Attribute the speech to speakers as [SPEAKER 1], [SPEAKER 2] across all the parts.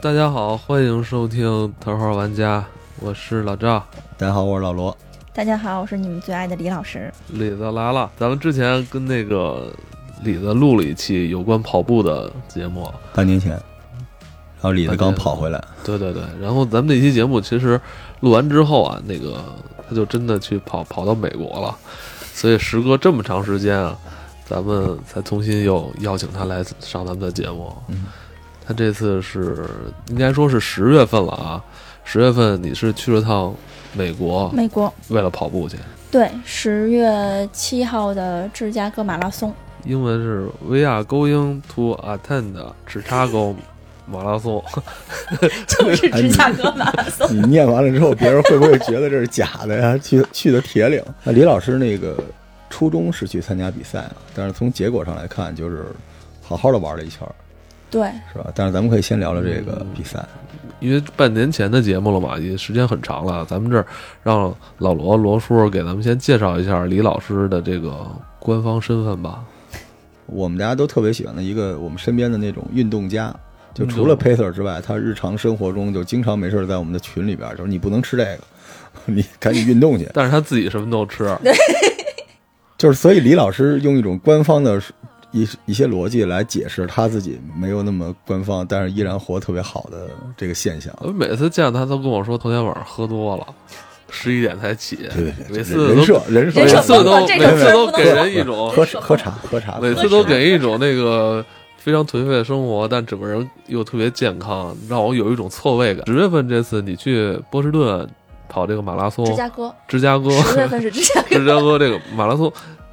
[SPEAKER 1] 大家好，欢迎收听《头号玩家》，我是老赵，
[SPEAKER 2] 大家好，我是老罗。
[SPEAKER 3] 大家好，我是你们最爱的李老师。
[SPEAKER 1] 李子来了。咱们之前跟那个李子录了一期有关跑步的节目，
[SPEAKER 2] 半年前，然后李子刚跑回来，
[SPEAKER 1] 对对对。然后咱们这期节目其实录完之后啊，那个他就真的去跑跑到美国了，所以时隔这么长时间啊，咱们才重新又邀请他来上咱们的节目。
[SPEAKER 2] 嗯
[SPEAKER 1] 他这次是应该说是十月份了啊，十月份你是去了趟美国，
[SPEAKER 3] 美国
[SPEAKER 1] 为了跑步去，
[SPEAKER 3] 对十月七号的芝加哥马 拉松，
[SPEAKER 1] 英文是 We are going to attend Chicago 马拉松。
[SPEAKER 3] 就是芝加哥马拉松。
[SPEAKER 2] 你念完了之后，别人会不会觉得这是假的呀？ 去去的铁岭。那啊李老师那个初衷是去参加比赛啊，但是从结果上来看，就是好好的玩了一圈儿，
[SPEAKER 3] 对，
[SPEAKER 2] 是吧？但是咱们可以先聊聊这个比赛。
[SPEAKER 1] 因为半年前的节目了嘛，也时间很长了。咱们这儿让老罗罗叔给咱们先介绍一下李老师的这个官方身份吧。
[SPEAKER 2] 我们大家都特别喜欢的一个我们身边的那种运动家，就除了 Pacer 之外，他日常生活中就经常没事儿在我们的群里边儿，就是你不能吃这个， 你赶紧运动去。
[SPEAKER 1] 但是他自己什么都 吃，
[SPEAKER 2] 就是所以李老师用一种官方的一一些逻辑来解释他自己没有那么官方，但是依然活得特别好的这个现象。
[SPEAKER 1] 我每次见他都跟我说头天晚上喝多了，十一点才起，每次
[SPEAKER 2] 人
[SPEAKER 1] 都
[SPEAKER 2] 设人设
[SPEAKER 1] 每
[SPEAKER 3] 人设
[SPEAKER 1] 次都
[SPEAKER 3] 包括
[SPEAKER 1] 每
[SPEAKER 3] 这种
[SPEAKER 1] 次都
[SPEAKER 3] 不能
[SPEAKER 1] 给
[SPEAKER 3] 说
[SPEAKER 1] 人一种
[SPEAKER 2] 喝喝茶喝
[SPEAKER 3] 啊
[SPEAKER 2] 茶，
[SPEAKER 1] 每次都给人一种那个非常颓废的生活，但整个人又特别健康，让我有一种错位感。十月份这次你去波士顿跑这个马拉松，
[SPEAKER 3] 芝加哥
[SPEAKER 1] 芝加哥，
[SPEAKER 3] 十月份是芝加哥。
[SPEAKER 1] 芝加哥这个马拉松，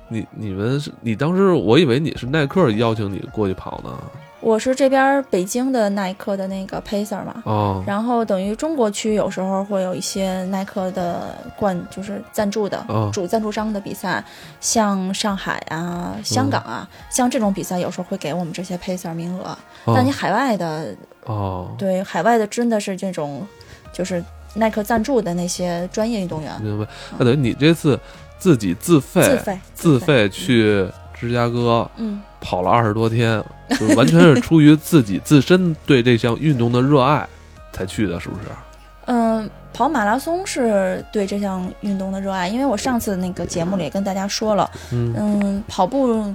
[SPEAKER 1] 你你们是你当时我以为你是耐克邀请你过去跑呢，
[SPEAKER 3] 我是这边北京的耐克的那个 Pacer 嘛，
[SPEAKER 1] 哦，
[SPEAKER 3] 然后等于中国区有时候会有一些耐克的冠，就是赞助的、
[SPEAKER 1] 哦
[SPEAKER 3] 主赞助商的比赛，像上海啊、
[SPEAKER 1] 嗯
[SPEAKER 3] 香港啊，像这种比赛有时候会给我们这些 Pacer 名额。但你
[SPEAKER 1] 哦，
[SPEAKER 3] 海外的
[SPEAKER 1] 哦，
[SPEAKER 3] 对海外的真的是这种，就是耐克赞助的那些专业运动员
[SPEAKER 1] 明白。那等于你这次自己自费
[SPEAKER 3] 自费
[SPEAKER 1] 自费，去芝加哥
[SPEAKER 3] 嗯，
[SPEAKER 1] 跑了二十多天，就是完全是出于自己自身对这项运动的热爱才去的，是不是？
[SPEAKER 3] 嗯，跑马拉松是对这项运动的热爱，因为我上次那个节目里也跟大家说了，
[SPEAKER 1] 嗯
[SPEAKER 3] 嗯，跑步，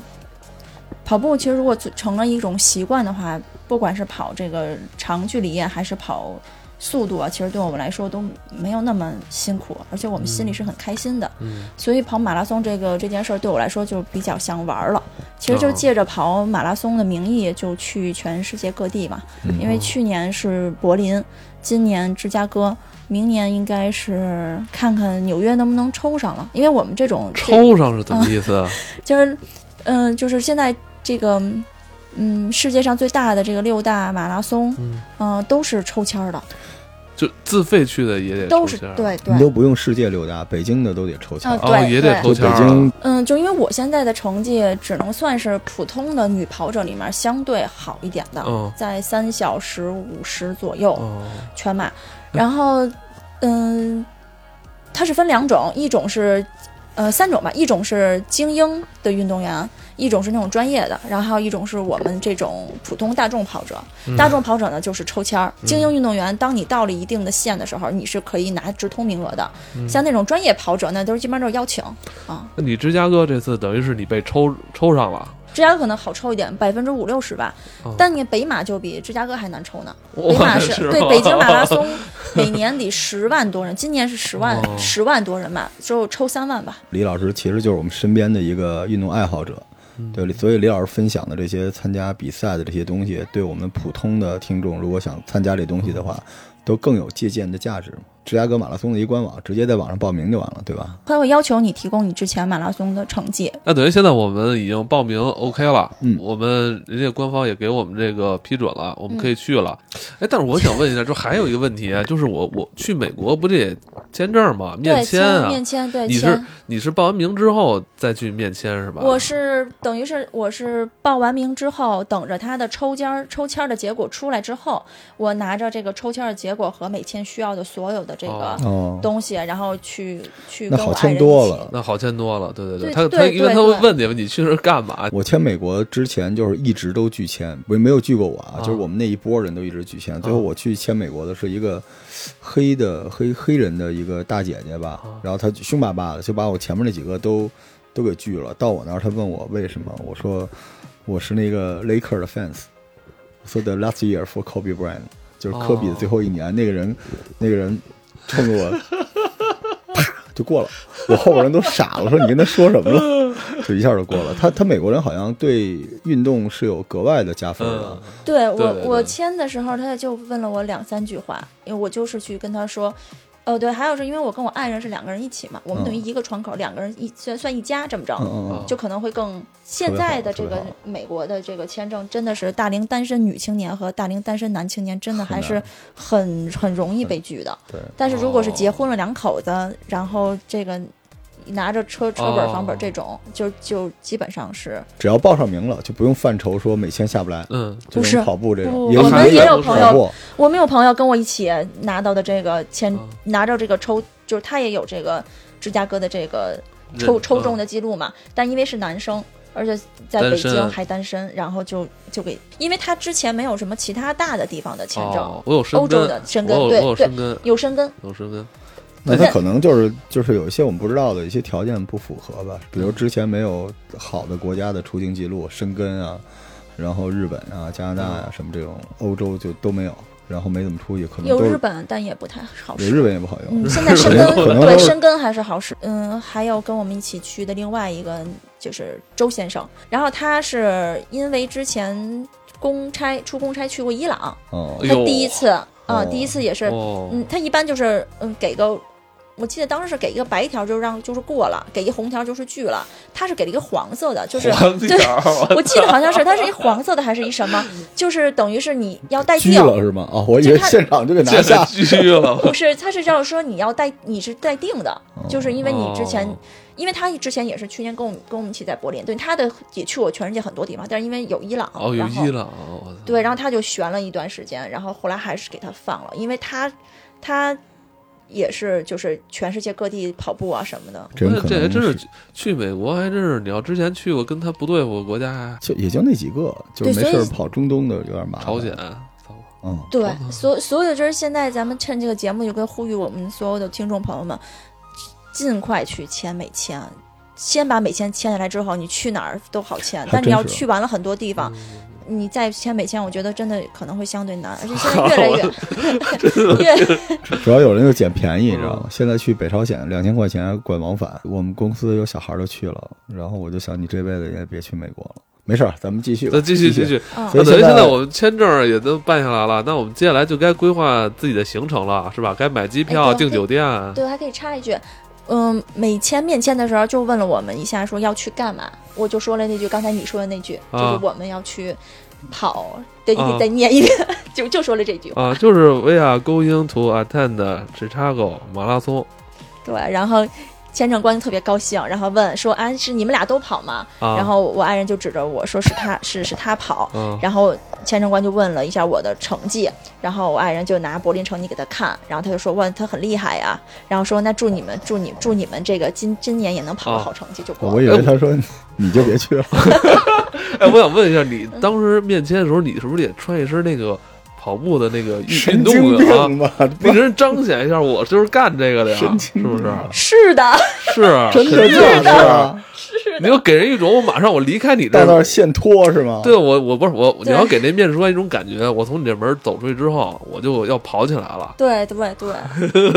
[SPEAKER 3] 跑步其实如果成了一种习惯的话，不管是跑这个长距离啊，还是跑速度啊，其实对我们来说都没有那么辛苦，而且我们心里是很开心的。
[SPEAKER 1] 嗯，
[SPEAKER 3] 所以跑马拉松这个这件事儿对我来说就比较像玩儿了，其实就
[SPEAKER 1] 哦
[SPEAKER 3] 借着跑马拉松的名义就去全世界各地嘛，
[SPEAKER 2] 嗯
[SPEAKER 1] 哦
[SPEAKER 3] 因为去年是柏林，今年芝加哥，明年应该是看看纽约能不能抽上了，因为我们这种这
[SPEAKER 1] 抽上是怎么意思啊？
[SPEAKER 3] 就是，嗯、就是现在这个，嗯，世界上最大的这个六大马拉松，
[SPEAKER 1] 嗯，
[SPEAKER 3] 嗯、都是抽签儿的，
[SPEAKER 1] 就自费去的也得
[SPEAKER 3] 都
[SPEAKER 1] 抽
[SPEAKER 3] 是
[SPEAKER 1] 签儿，
[SPEAKER 3] 对
[SPEAKER 2] 你都
[SPEAKER 3] 对，
[SPEAKER 2] 不用世界六大，北京的都得抽签儿。
[SPEAKER 3] 啊
[SPEAKER 1] 哦，
[SPEAKER 3] 对
[SPEAKER 1] 也得
[SPEAKER 3] 对
[SPEAKER 1] 抽
[SPEAKER 2] 就
[SPEAKER 1] 签儿
[SPEAKER 2] 北
[SPEAKER 1] 啊。
[SPEAKER 2] 京
[SPEAKER 3] 嗯，就因为我现在的成绩只能算是普通的女跑者里面相对好一点的，
[SPEAKER 1] 嗯
[SPEAKER 3] 在三小时五十左右，
[SPEAKER 1] 哦，
[SPEAKER 3] 全马，然后，嗯，它是分两种，一种是，呃，三种吧，一种是精英的运动员，一种是那种专业的，然后还有一种是我们这种普通大众跑者。
[SPEAKER 1] 嗯
[SPEAKER 3] 大众跑者呢，就是抽签儿。精英运动员，当你到了一定的线的时候，你是可以拿直通名额的。
[SPEAKER 1] 嗯
[SPEAKER 3] 像那种专业跑者呢，都是基本上都是邀请啊，
[SPEAKER 1] 那你芝加哥这次等于是你被抽抽上了，
[SPEAKER 3] 芝加哥可能好抽一点，百分之五六十吧
[SPEAKER 1] 哦。
[SPEAKER 3] 但你北马就比芝加哥还难抽呢。北
[SPEAKER 1] 哇
[SPEAKER 3] 马
[SPEAKER 1] 是
[SPEAKER 3] 是
[SPEAKER 1] 吗
[SPEAKER 3] 对北京马拉松 每年得十万多人，今年是十万
[SPEAKER 1] 哦
[SPEAKER 3] 十万多人吧，只有抽三万吧。
[SPEAKER 2] 李老师其实就是我们身边的一个运动爱好者，对，所以李老师分享的这些参加比赛的这些东西，对我们普通的听众如果想参加这东西的话，都更有借鉴的价值嘛。芝加哥马拉松的一官网，直接在网上报名就完了，对吧？
[SPEAKER 3] 他会要求你提供你之前马拉松的成绩，
[SPEAKER 1] 那等于现在我们已经报名 OK 了，
[SPEAKER 2] 嗯
[SPEAKER 1] 我们人家官方也给我们这个批准了，我们
[SPEAKER 3] 嗯
[SPEAKER 1] 可以去了。哎，但是我想问一下，就还有一个问题啊，就是我我去美国不得签证吗？面
[SPEAKER 3] 对
[SPEAKER 1] 签
[SPEAKER 3] 签
[SPEAKER 1] 啊，
[SPEAKER 3] 面签对
[SPEAKER 1] 你是
[SPEAKER 3] 签。
[SPEAKER 1] 你是报完名之后再去面签是吧？
[SPEAKER 3] 我是等于是我是报完名之后，等着他的抽签儿抽签儿的结果出来之后，我拿着这个抽签儿的结果和美签需要的所有的这个
[SPEAKER 1] 哦
[SPEAKER 2] 哦，
[SPEAKER 3] 东西，然后去去
[SPEAKER 2] 那
[SPEAKER 3] 跟我
[SPEAKER 2] 好
[SPEAKER 3] 爱
[SPEAKER 2] 签
[SPEAKER 3] 人
[SPEAKER 2] 多
[SPEAKER 3] 一
[SPEAKER 2] 了
[SPEAKER 3] 起。。
[SPEAKER 1] 那好签多了，对对
[SPEAKER 3] 对
[SPEAKER 1] 他
[SPEAKER 3] 对
[SPEAKER 1] 他因为
[SPEAKER 3] 对
[SPEAKER 1] 他会
[SPEAKER 3] 对
[SPEAKER 1] 问你们你去那儿干嘛？
[SPEAKER 2] 我签美国之前就是一直都拒签，没没有拒过我啊，
[SPEAKER 1] 啊
[SPEAKER 2] 就是我们那一波人都一直拒签。最后我去签美国的是一个黑的黑黑人的一个大姐姐吧
[SPEAKER 1] 啊，
[SPEAKER 2] 然后她凶巴巴的就把我前面那几个都都给拒了。到我那儿，她问我为什么，我说我是那个 Laker 的 fans，我说 the last year for Kobe Bryant，就是科比的最后一年，那个人那个人冲着我啪就过了，我后边人都傻了，说你跟他说什么了？ 就一下就过了。他他美国人好像对运动是有格外的加分的
[SPEAKER 1] 嗯，，
[SPEAKER 3] 对我
[SPEAKER 1] 对对
[SPEAKER 3] 我
[SPEAKER 1] 对
[SPEAKER 3] 签的时候，他就问了我两三句话，因为我就是去跟他说。哦，对，还有是因为我跟我爱人是两个人一起嘛，我们等于一个窗口，两个人一算算一家这么着，
[SPEAKER 2] 嗯嗯嗯，
[SPEAKER 3] 就可能会更现在的这
[SPEAKER 2] 特别
[SPEAKER 3] 个
[SPEAKER 2] 好
[SPEAKER 3] 美国的这个签证真的是大龄单身女青年和大龄单身男青年真的还是很很容易被拒的。
[SPEAKER 2] 对，
[SPEAKER 3] 但是如果是结
[SPEAKER 1] 哦
[SPEAKER 3] 婚了两口子，然后这个拿着车车本儿房本儿这种，就就基本上是
[SPEAKER 2] 只要报上名了，就不用犯愁说美签下不来。
[SPEAKER 1] 嗯，
[SPEAKER 2] 就
[SPEAKER 3] 不是
[SPEAKER 2] 跑步这种，
[SPEAKER 3] 不
[SPEAKER 2] 也
[SPEAKER 1] 我们也有朋
[SPEAKER 2] 跑
[SPEAKER 1] 友
[SPEAKER 2] 步，
[SPEAKER 3] 我们有朋友跟我一起拿到的这个签，
[SPEAKER 1] 嗯
[SPEAKER 3] 拿着这个抽，就是他也有这个芝加哥的这个抽
[SPEAKER 1] 人
[SPEAKER 3] 抽中
[SPEAKER 1] 嗯
[SPEAKER 3] 的记录嘛，但因为是男生。而且在
[SPEAKER 1] 单
[SPEAKER 3] 北
[SPEAKER 1] 身
[SPEAKER 3] 京还单身，然后就就给，因为他之前没有什么其他大的地方的签证，
[SPEAKER 1] 哦，我有深
[SPEAKER 3] 欧
[SPEAKER 1] 根，
[SPEAKER 3] 洲的深根
[SPEAKER 1] 我有
[SPEAKER 3] 对
[SPEAKER 1] 我有
[SPEAKER 3] 对
[SPEAKER 1] 深根，
[SPEAKER 3] 有申根，
[SPEAKER 1] 有深根，
[SPEAKER 2] 那他可能就是就是有一些我们不知道的一些条件不符合吧，比如之前没有好的国家的出境记录，申根啊，然后日本啊、加拿大啊什么这种，欧洲就都没有，然后没怎么出去，可能
[SPEAKER 3] 有
[SPEAKER 2] 嗯都是
[SPEAKER 3] 日本，但也不太好
[SPEAKER 2] 有
[SPEAKER 3] 使。
[SPEAKER 2] 日本也不好用，
[SPEAKER 3] 嗯，现在申
[SPEAKER 2] 可
[SPEAKER 3] 根
[SPEAKER 2] 能
[SPEAKER 3] 对
[SPEAKER 2] 都是
[SPEAKER 3] 申根还是好使。嗯，还有跟我们一起去的另外一个就是周先生，然后他是因为之前公差出公差去过伊朗，
[SPEAKER 2] 哦
[SPEAKER 1] 哎，
[SPEAKER 3] 他
[SPEAKER 1] 呦
[SPEAKER 3] 第一次啊、
[SPEAKER 2] 哦
[SPEAKER 3] 第一次也是，
[SPEAKER 1] 哦，
[SPEAKER 3] 嗯，他一般就是嗯给个，我记得当时是给一个白条就让就是过了，给一红条就是拒了，他是给了一个黄色的，就是
[SPEAKER 1] 黄
[SPEAKER 3] 对，
[SPEAKER 1] 条儿，
[SPEAKER 3] 我记得好像是它是一黄色的还是一什么， 就是等于是你要带
[SPEAKER 2] 拘
[SPEAKER 3] 定。
[SPEAKER 2] 了是吗？啊，我以为
[SPEAKER 3] 就看
[SPEAKER 2] 现场就给 拿
[SPEAKER 1] 这
[SPEAKER 2] 下
[SPEAKER 1] 个，狙了，
[SPEAKER 3] 不是，他是这样说，你要带，你是待定的，就是因为你之前，
[SPEAKER 1] 哦
[SPEAKER 3] 因为他之前也是去年跟我们跟我们一起在柏林，对他的也去过全世界很多地方，但是因为有伊朗，
[SPEAKER 1] 哦，有
[SPEAKER 3] 然后
[SPEAKER 1] 伊朗，哦我操
[SPEAKER 3] 对，然后他就悬了一段时间，然后后来还是给他放了，因为他他也是就是全世界各地跑步啊什么的，
[SPEAKER 2] 这有 可
[SPEAKER 1] 这还
[SPEAKER 2] 能
[SPEAKER 1] 真是去美国，还真是你要之前去过跟他不对付的国家，还
[SPEAKER 2] 就也就那几个，就是没
[SPEAKER 3] 对
[SPEAKER 2] 事
[SPEAKER 3] 所
[SPEAKER 2] 儿
[SPEAKER 3] 以
[SPEAKER 2] 跑中东的有点麻烦。
[SPEAKER 1] 朝鲜，操
[SPEAKER 2] 嗯，
[SPEAKER 3] 对，所所有的就是现在咱们趁这个节目，有个呼吁我们所有的听众朋友们，尽快去签美签，啊先把美签签下来之后，你去哪儿都好签
[SPEAKER 2] 还。
[SPEAKER 3] 但你要
[SPEAKER 2] 真是嗯
[SPEAKER 3] 去完了很多地方，你再签美签，我觉得真的可能会相对难，而且现 在越来
[SPEAKER 2] 啊
[SPEAKER 3] 越越
[SPEAKER 2] 主要有人就捡便宜，你知道吗
[SPEAKER 1] 嗯？
[SPEAKER 2] 现在去北朝鲜两千块钱管往返，我们公司有小孩儿都去了，然后我就想你这辈子也别去美国了。没事儿，咱们继续吧，
[SPEAKER 1] 那继续继续。
[SPEAKER 3] 啊
[SPEAKER 2] 所
[SPEAKER 1] 那等
[SPEAKER 2] 以
[SPEAKER 1] 于
[SPEAKER 2] 现
[SPEAKER 1] 现
[SPEAKER 2] 在
[SPEAKER 1] 在我们签证儿也都办下来了，那我们接下来就该规划自己的行程了，是吧？该买机票、
[SPEAKER 3] 哎对
[SPEAKER 1] 订酒店。
[SPEAKER 3] 对，还可以插一句。嗯，美签面签的时候就问了我们一下，说要去干嘛，我就说了那句刚才你说的那句，就
[SPEAKER 1] 啊
[SPEAKER 3] 是我们要去跑，得
[SPEAKER 1] 啊
[SPEAKER 3] 得再念一遍， 就就说了这句话。
[SPEAKER 1] 啊，就是 we are going to attend Chicago 马拉松
[SPEAKER 3] 对，然后签证官特别高兴，然后问说：“啊，是你们俩都跑吗？”
[SPEAKER 1] 啊，
[SPEAKER 3] 然后我爱人就指着我说：“是他，是是他跑。
[SPEAKER 1] 啊”
[SPEAKER 3] 然后签证官就问了一下我的成绩，然后我爱人就拿柏林成绩给他看，然后他就说：“哇，他很厉害呀！”然后说：“那祝你们，祝你，祝你们这个今今年也能
[SPEAKER 1] 啊
[SPEAKER 3] 跑个好成绩就过
[SPEAKER 2] 我
[SPEAKER 3] 了。
[SPEAKER 2] 以为他说你就别去了，
[SPEAKER 1] 哎，我想问一下，你
[SPEAKER 3] 嗯
[SPEAKER 1] 当时面签的时候，你是不是也穿一身那个跑步的那个运
[SPEAKER 2] 神
[SPEAKER 1] 运
[SPEAKER 2] 经
[SPEAKER 1] 动的 啊？
[SPEAKER 2] 病吧？
[SPEAKER 1] 那个人彰显一下，我就是干这个的呀，
[SPEAKER 2] 神
[SPEAKER 1] 是
[SPEAKER 2] 经
[SPEAKER 1] 不是
[SPEAKER 2] 病？啊
[SPEAKER 3] 是的，
[SPEAKER 1] 是，肯
[SPEAKER 2] 真的
[SPEAKER 1] 定
[SPEAKER 2] 就是是啊，
[SPEAKER 1] 你要给人一种我马上我离开你这
[SPEAKER 2] 到那
[SPEAKER 1] 儿
[SPEAKER 2] 儿，现拖是吗？
[SPEAKER 1] 对，我我不是我，你
[SPEAKER 3] 对
[SPEAKER 1] 要给那面试官一种感觉，我从你这门走出去之后，我就要跑起来了。
[SPEAKER 3] 对对对，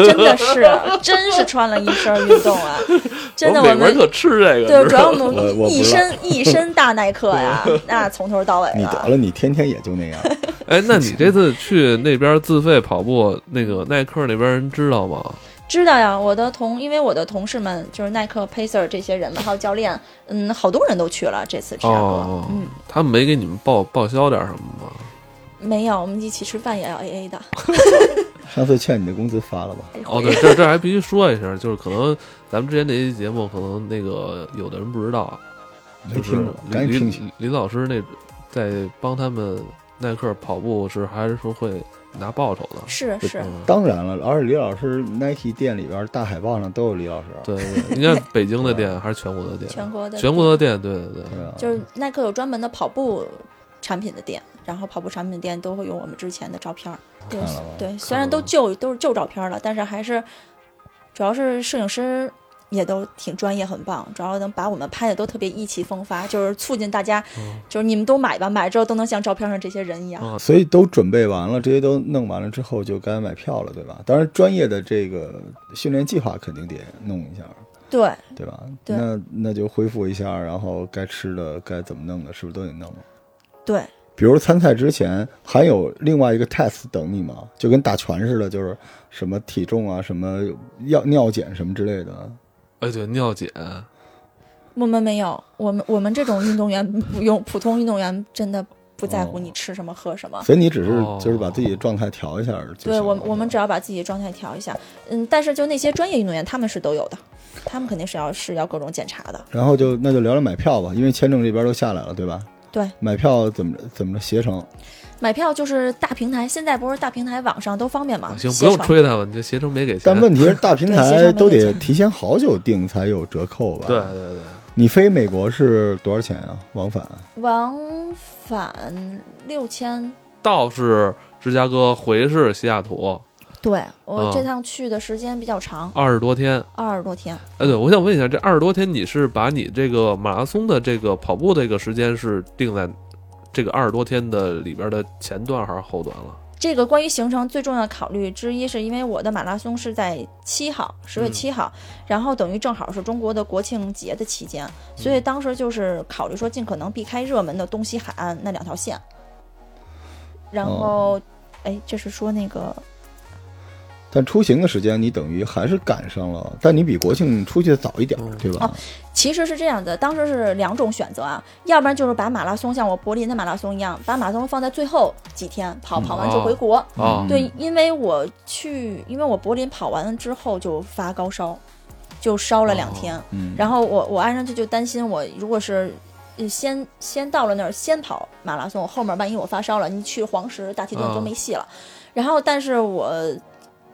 [SPEAKER 3] 真的是，啊真是穿了一身运动啊！ 真的，
[SPEAKER 1] 我
[SPEAKER 3] 我
[SPEAKER 1] 美国人
[SPEAKER 3] 们
[SPEAKER 1] 特吃这个，
[SPEAKER 3] 对，
[SPEAKER 1] 你知
[SPEAKER 3] 主
[SPEAKER 1] 道吗
[SPEAKER 3] 要我
[SPEAKER 2] 我我
[SPEAKER 3] 们一
[SPEAKER 2] 不知道
[SPEAKER 3] 身一身大耐克呀，那从头到尾
[SPEAKER 2] 你
[SPEAKER 3] 的
[SPEAKER 2] 得。了，你天天也就那样。
[SPEAKER 1] 哎，那你这次去那边自费跑步，那个耐克那边人知道吗？
[SPEAKER 3] 知道呀，我的同因为我的同事们就是耐克、Pacer 这些人嘛，还有教练，嗯，好多人都去了这次芝加哥。
[SPEAKER 1] 哦
[SPEAKER 3] 嗯，
[SPEAKER 1] 他们没给你们报报销点什么吗？
[SPEAKER 3] 没有，我们一起吃饭也要 AA 的。
[SPEAKER 2] 上次欠你的工资发了吧？
[SPEAKER 1] 哦，对，这这还必须说一下，就是可能咱们之前那期节目，可能那个有的人不知道啊，
[SPEAKER 2] 没
[SPEAKER 1] 就是
[SPEAKER 2] 听过，赶紧
[SPEAKER 1] 林
[SPEAKER 2] 听去。
[SPEAKER 1] 林林老师那在帮他们耐克跑步是还是说会拿报酬的。 嗯
[SPEAKER 3] 是是，
[SPEAKER 2] 当然了，而且李老师 Nike 店里边大海报上都有李老师，
[SPEAKER 1] 对，对应该是北京的店还是全国的店？
[SPEAKER 3] 全国的
[SPEAKER 1] 全国的店，对对对。
[SPEAKER 2] 对啊，
[SPEAKER 3] 就是耐克有专门的跑步产品的店，然后跑步产品店都会有我们之前的照片儿。对
[SPEAKER 2] 看了吧
[SPEAKER 3] 对，虽然都旧都是旧照片了，但是还是主要是摄影师也都挺专业，很棒，主要能把我们拍的都特别意气风发，就是促进大家，
[SPEAKER 1] 嗯
[SPEAKER 3] 就是你们都买吧，买了之后都能像照片上这些人一样。
[SPEAKER 1] 啊，
[SPEAKER 2] 所以都准备完了，这些都弄完了之后，就该买票了，对吧？当然，专业的这个训练计划肯定得弄一下，
[SPEAKER 3] 对，
[SPEAKER 2] 对吧？
[SPEAKER 3] 对
[SPEAKER 2] 那那就恢复一下，然后该吃的、该怎么弄的，是不是都得弄？
[SPEAKER 3] 对，
[SPEAKER 2] 比如参赛之前还有另外一个 test 等你吗？就跟打拳似的，就是什么体重啊、什么尿尿检什么之类的。
[SPEAKER 3] 哦
[SPEAKER 1] 哎，对，尿检，
[SPEAKER 3] 啊我们没有，我们我们这种运动员不用，普通运动员真的不在乎
[SPEAKER 2] 哦
[SPEAKER 3] 你吃什么喝什么。
[SPEAKER 2] 所以你只是
[SPEAKER 1] 哦
[SPEAKER 2] 就是把自己的状态调一下就行
[SPEAKER 3] 对
[SPEAKER 2] 了。
[SPEAKER 3] 我们，我们只要把自己状态调一下，嗯，但是就那些专业运动员，他们是都有的，他们肯定是要是要各种检查的。
[SPEAKER 2] 然后就那就聊聊买票吧，因为签证这边都下来了，对吧？
[SPEAKER 3] 对，
[SPEAKER 2] 买票怎么着怎么着携程？
[SPEAKER 3] 买票就是大平台，现在不是大平台网上都方便吗？
[SPEAKER 1] 啊行，不
[SPEAKER 3] 携
[SPEAKER 1] 用
[SPEAKER 3] 程
[SPEAKER 1] 吹他们，这携程没给钱。
[SPEAKER 2] 但问题是大平
[SPEAKER 3] 对携
[SPEAKER 2] 台
[SPEAKER 3] 程
[SPEAKER 2] 都
[SPEAKER 3] 没
[SPEAKER 2] 得
[SPEAKER 3] 有
[SPEAKER 2] 提前好久订才有折扣吧？
[SPEAKER 1] 对，对对，
[SPEAKER 2] 你飞美国是多少钱啊？往返？
[SPEAKER 3] 往返六千。
[SPEAKER 1] 到是芝加哥，回是西雅图，
[SPEAKER 3] 对我
[SPEAKER 1] 嗯
[SPEAKER 3] 这趟去的时间比较长，
[SPEAKER 1] 二十多天。
[SPEAKER 3] 二十多天。
[SPEAKER 1] 哎，对，我想问一下，这二十多天你是把你这个马拉松的这个跑步的这个时间是定在这个二十多天的里边的前段还是后段了？
[SPEAKER 3] 这个关于行程最重要的考虑之一，是因为我的马拉松是在七号，十月
[SPEAKER 1] 嗯
[SPEAKER 3] 七号，然后等于正好是中国的国庆节的期间，所
[SPEAKER 1] 嗯
[SPEAKER 3] 以当时就是考虑说尽可能避开热门的东西海岸那两条线。然
[SPEAKER 1] 哦
[SPEAKER 3] 后，哎、这是说那个
[SPEAKER 2] 但出行的时间你等于还是赶上了，但你比国庆出去的早一点
[SPEAKER 1] 嗯，
[SPEAKER 2] 对吧？
[SPEAKER 3] 其实是这样的，当时是两种选择啊，要不然就是把马拉松像我柏林的马拉松一样，把马拉松放在最后几天跑，
[SPEAKER 2] 嗯
[SPEAKER 3] 跑完就回国。
[SPEAKER 1] 哦
[SPEAKER 2] 嗯
[SPEAKER 3] 对，因为我去，因为我柏林跑完了之后就发高烧，就烧了两天。
[SPEAKER 2] 嗯，
[SPEAKER 3] 然后我我按上去就担心我如果是。呃先先到了那儿，先跑马拉松，后面万一我发烧了，你去黄石、大提顿都
[SPEAKER 1] 嗯
[SPEAKER 3] 没戏了。然后，但是我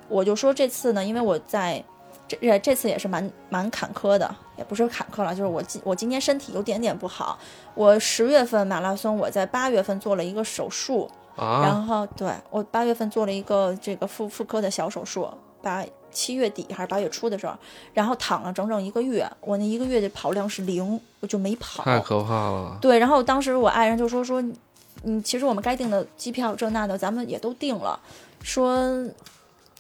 [SPEAKER 3] 我就说这次呢，因为我在这这这次也是蛮蛮坎坷的，也不是坎坷了，就是我今我今年身体有点点不好。我十月份马拉松，我在八月份做了一个手术，
[SPEAKER 1] 啊，
[SPEAKER 3] 然后对我八月份做了一个这个妇妇科的小手术，八七月底还是八月初的时候，然后躺了整整一个月，我那一个月的跑量是零，我就没跑。
[SPEAKER 1] 太可怕了。
[SPEAKER 3] 对，然后当时我爱人就说说，嗯，其实我们该订的机票这那的，咱们也都订了，说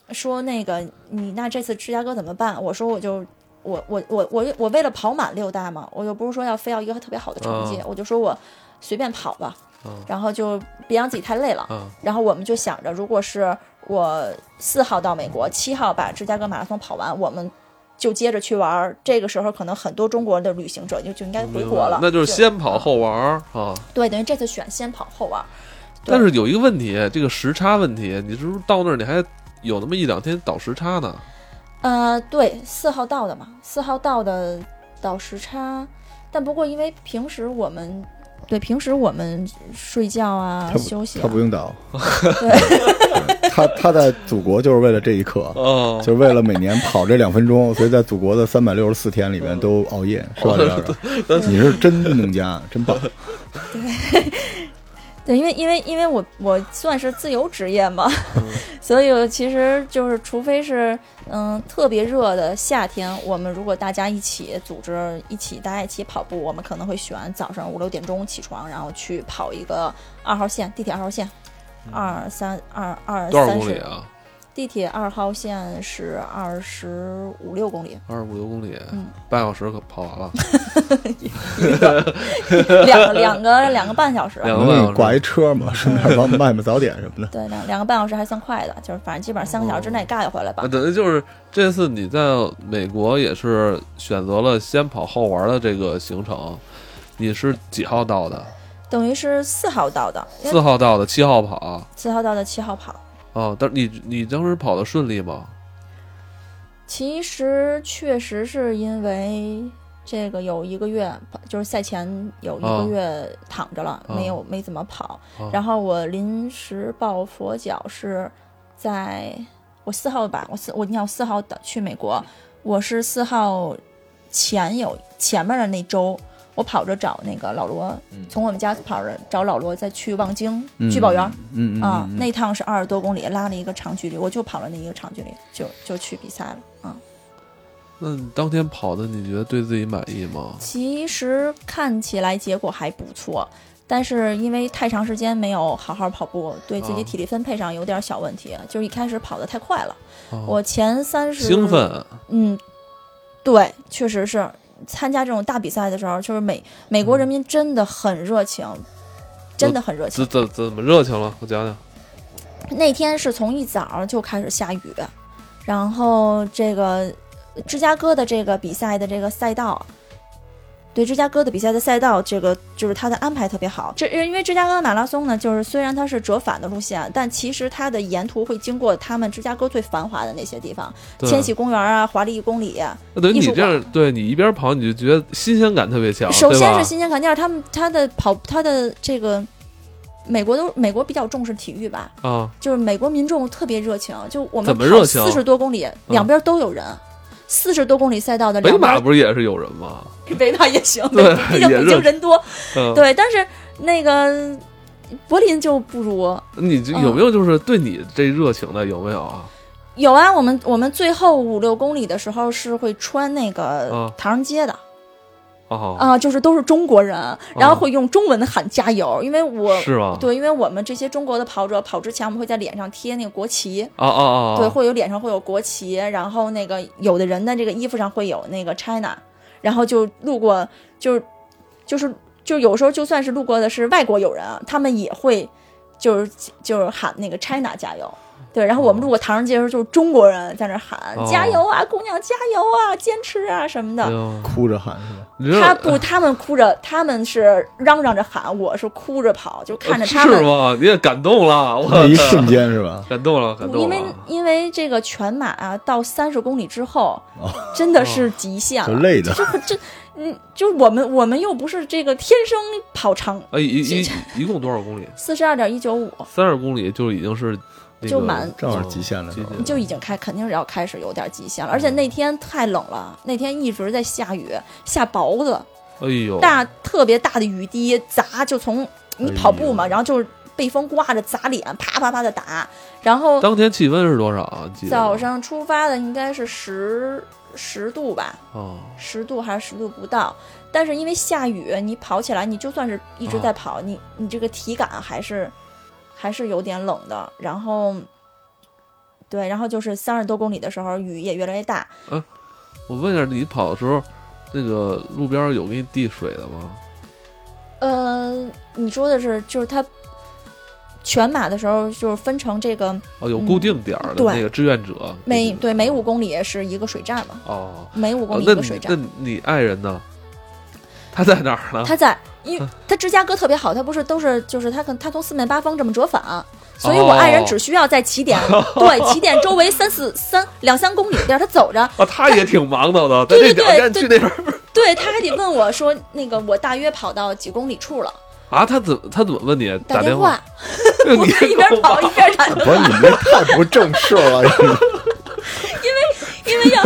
[SPEAKER 3] 说那个你那这次芝加哥怎么办？我说我就。我我我我我为了跑满六大嘛，我又不是说要非要一个特别好的成绩，
[SPEAKER 1] 嗯
[SPEAKER 3] 我就说我随便跑吧，
[SPEAKER 1] 嗯
[SPEAKER 3] 然后就别让自己太累了。
[SPEAKER 1] 啊，
[SPEAKER 3] 然后我们就想着，如果是我四号到美国，七号把芝加哥马拉松跑完，我们就接着去玩儿。这个时候，可能很多中国的旅行者就就应该回国了，嗯
[SPEAKER 1] 那就是先跑后玩儿啊。
[SPEAKER 3] 对，等于这次选先跑后玩儿。对
[SPEAKER 1] 但是有一个问题，这个时差问题，你是不是到那儿你还有那么一两天倒时差呢？
[SPEAKER 3] 呃，对，四号到的嘛，四号到的倒时差，但不过因为平时我们对平时我们睡觉啊、
[SPEAKER 2] 他不
[SPEAKER 3] 休息、啊
[SPEAKER 2] 他，不用倒，对他他在祖国就是为了这一刻，
[SPEAKER 1] 哦
[SPEAKER 2] 就是为了每年跑这两分 钟，所以在祖国的三百六十四天里面都熬夜，是吧？李老
[SPEAKER 1] 哦
[SPEAKER 2] 师，你是真运动家，真棒。
[SPEAKER 3] 对，因为因为因为我我算是自由职业嘛， 所以我其实就是，除非是嗯特别热的夏天，我们如果大家一起组织一起大家一起跑步，我们可能会选早上五六点钟起床，然后去跑一个二号线地铁二号线，二三二二
[SPEAKER 1] 多少
[SPEAKER 3] 三
[SPEAKER 1] 公里
[SPEAKER 3] 十，
[SPEAKER 1] 啊？
[SPEAKER 3] 地铁二号线是二十五六 公里，
[SPEAKER 1] 二十五六公里
[SPEAKER 3] 嗯，
[SPEAKER 1] 半小时可跑完了。
[SPEAKER 3] 两个两个两个半小时吧。
[SPEAKER 1] 两个
[SPEAKER 2] 能给你挂一车嘛，顺 便帮卖卖早点什么的。
[SPEAKER 3] 对，两两个半小时还算快的，就是反正基本上三个小时之内盖回来吧
[SPEAKER 1] 啊，。等于就是这次你在美国也是选择了先跑后玩的这个行程，你是几号到的？
[SPEAKER 3] 等于是四号到的，因为
[SPEAKER 1] 四号到的，七号跑。啊
[SPEAKER 3] 四号到的七号跑。
[SPEAKER 1] 哦，但是你你当时跑的顺利吗？
[SPEAKER 3] 其实确实是因为这个有一个月，就是赛前有一
[SPEAKER 1] 哦
[SPEAKER 3] 个月躺着了，
[SPEAKER 1] 哦
[SPEAKER 3] 没有没怎么跑。
[SPEAKER 1] 哦
[SPEAKER 3] 然后我临时抱佛脚是在我四号吧，我四我你想四号的去美国，我是四号前有前面的那周，我跑着找那个老罗，
[SPEAKER 2] 嗯
[SPEAKER 3] 从我们家跑着找老罗，再去望京、
[SPEAKER 2] 嗯
[SPEAKER 3] 聚宝园。
[SPEAKER 2] 嗯嗯
[SPEAKER 3] 啊，
[SPEAKER 2] 嗯嗯
[SPEAKER 3] 那趟是二十多公里，拉了一个长距离，我就跑了那一个长距离，就就去比赛了啊。
[SPEAKER 1] 那你当天跑的，你觉得对自己满意吗？
[SPEAKER 3] 其实看起来结果还不错，但是因为太长时间没有好好跑步，对自己
[SPEAKER 1] 啊
[SPEAKER 3] 体力分配上有点小问题，就是一开始跑得太快了。
[SPEAKER 2] 哦
[SPEAKER 1] 啊
[SPEAKER 3] 我前三十
[SPEAKER 1] 兴，奋，
[SPEAKER 3] 嗯，对，确实是参加这种大比赛的时候，就是美美国人民真的很热情，真的很热情
[SPEAKER 1] 怎。怎怎么热情了？我讲讲。
[SPEAKER 3] 那天是从一早就开始下雨，然后这个芝加哥的这个比赛的这个赛道，对芝加哥的比赛的赛道，这个就是它的安排特别好。这因为芝加哥马拉松呢，就是虽然它是折返的路线，但其实它的沿途会经过他们芝加哥最繁华的那些地方，
[SPEAKER 1] 对
[SPEAKER 3] 千禧公园啊、华丽一公里、
[SPEAKER 1] 那等于
[SPEAKER 3] 艺
[SPEAKER 1] 你
[SPEAKER 3] 术
[SPEAKER 1] 这样，对你一边跑，你就觉得新鲜感特别强，
[SPEAKER 3] 首
[SPEAKER 1] 对
[SPEAKER 3] 先
[SPEAKER 1] 吧？
[SPEAKER 3] 是新鲜感，第二，他们他的跑他的这个美国都美国比较重视体育吧，
[SPEAKER 1] 啊，
[SPEAKER 3] 就是美国民众特别热情，就我
[SPEAKER 1] 怎
[SPEAKER 3] 们
[SPEAKER 1] 么热情
[SPEAKER 3] 四十多公里，两边都有人，四十多公里赛道的
[SPEAKER 1] 北
[SPEAKER 3] 两
[SPEAKER 1] 马
[SPEAKER 3] 边
[SPEAKER 1] 不是也是有人吗？
[SPEAKER 3] 北马也行，
[SPEAKER 1] 对
[SPEAKER 3] 毕竟
[SPEAKER 1] 也
[SPEAKER 3] 北京
[SPEAKER 1] 热
[SPEAKER 3] 人多，
[SPEAKER 1] 嗯，
[SPEAKER 3] 对，但是那个柏林就不如。
[SPEAKER 1] 你
[SPEAKER 3] 嗯
[SPEAKER 1] 这有没有就是对你这热情的有没有啊？
[SPEAKER 3] 有啊，我们我们最后五六公里的时候是会穿那个
[SPEAKER 1] 嗯
[SPEAKER 3] 唐人街的
[SPEAKER 1] 哦，
[SPEAKER 3] 啊、就是都是中国人，然后会用中文喊加油，因为我
[SPEAKER 1] 是吗？
[SPEAKER 3] 对，因为我们这些中国的跑者跑之前，我们会在脸上贴那个国旗，
[SPEAKER 1] 哦，哦哦哦，
[SPEAKER 3] 对，会有脸上会有国旗，然后那个有的人的这个衣服上会有那个 China，然后就路过，就是就是就有时候就算是路过的是外国友人啊，他们也会就是就是喊那个 China 加油。对，然后我们路过唐人街的时候，就是中国人在那喊、加
[SPEAKER 1] 哦
[SPEAKER 3] 油啊，姑娘加油啊，坚持啊什么的。
[SPEAKER 1] 哎呦
[SPEAKER 2] 哭着喊是吧？
[SPEAKER 1] 你知道
[SPEAKER 3] 他不，他们哭着，他们是嚷嚷着喊，我是哭着跑，就看着他
[SPEAKER 1] 呃是
[SPEAKER 3] 们。
[SPEAKER 1] 吗？你也感动了， 我
[SPEAKER 2] 那一瞬间是 吧？
[SPEAKER 1] 感动了，感
[SPEAKER 3] 因
[SPEAKER 1] 动
[SPEAKER 3] 为
[SPEAKER 1] 了。
[SPEAKER 3] 因为这个全马啊，到三十公里之后
[SPEAKER 2] 哦，
[SPEAKER 3] 真的是极限
[SPEAKER 2] 就
[SPEAKER 3] 了。
[SPEAKER 2] 累的，
[SPEAKER 3] 嗯，就我们我们又不是这个天生跑长，
[SPEAKER 1] 哎，一一一共多少公里？
[SPEAKER 3] 四十二点一九五
[SPEAKER 1] 三十公里就已经是那个
[SPEAKER 3] 就满
[SPEAKER 2] 正好极限了
[SPEAKER 1] 极限
[SPEAKER 2] 是吧
[SPEAKER 3] 就已经开，肯定是要开始有点极
[SPEAKER 2] 嗯
[SPEAKER 3] 限了。而且那天太冷了，那天一直在下雨，下雹子，
[SPEAKER 1] 哎
[SPEAKER 2] 哦
[SPEAKER 1] 呦，
[SPEAKER 3] 大特别大的雨滴砸，就从你跑步嘛，
[SPEAKER 2] 哎呦
[SPEAKER 3] 然后就是被风刮着砸脸，啪啪啪的打。然后
[SPEAKER 1] 当天气温是多少啊？记得吗
[SPEAKER 3] 早上出发的应该是十十度吧，
[SPEAKER 1] 哦，
[SPEAKER 3] 十度还是十度不到，但是因为下雨，你跑起来，你就算是一
[SPEAKER 1] 啊
[SPEAKER 3] 直在跑，你你这个体感还是还是有点冷的。然后，对，然后就是三十多公里的时候，雨也越来越大。
[SPEAKER 1] 我问一下，你跑的时候，那个路边有给你递水的吗？
[SPEAKER 3] 呃，你说的是就是它全马的时候，就是分成这个
[SPEAKER 1] 哦，有固定点儿的
[SPEAKER 3] 嗯对
[SPEAKER 1] 那个志愿者，
[SPEAKER 3] 每
[SPEAKER 1] 固定
[SPEAKER 3] 对每五公里是一个水站嘛，
[SPEAKER 1] 哦，
[SPEAKER 3] 每五
[SPEAKER 1] 嗯
[SPEAKER 3] 公
[SPEAKER 1] 哦
[SPEAKER 3] 里
[SPEAKER 1] 那
[SPEAKER 3] 一个水
[SPEAKER 1] 你
[SPEAKER 3] 站。
[SPEAKER 1] 那你爱人呢？他在哪儿呢？
[SPEAKER 3] 他在，因为他芝加哥特别好，他不是都是就是他可他从四面八方这么折返，所以我爱人只需要在起点，对起点周围三四三两三公里地儿，他走着，
[SPEAKER 1] 啊，他也挺忙叨的，在这
[SPEAKER 3] 对对
[SPEAKER 1] 两站
[SPEAKER 3] 对
[SPEAKER 1] 去那边儿
[SPEAKER 3] 对他还得问我说那个我大约跑到几公里处了，
[SPEAKER 1] 啊，他怎他怎么问你
[SPEAKER 3] 打
[SPEAKER 1] 电
[SPEAKER 3] 电？话，
[SPEAKER 1] 你
[SPEAKER 3] 我一边跑一边打电
[SPEAKER 2] 不是你们这太不正式了，
[SPEAKER 3] 话，因为要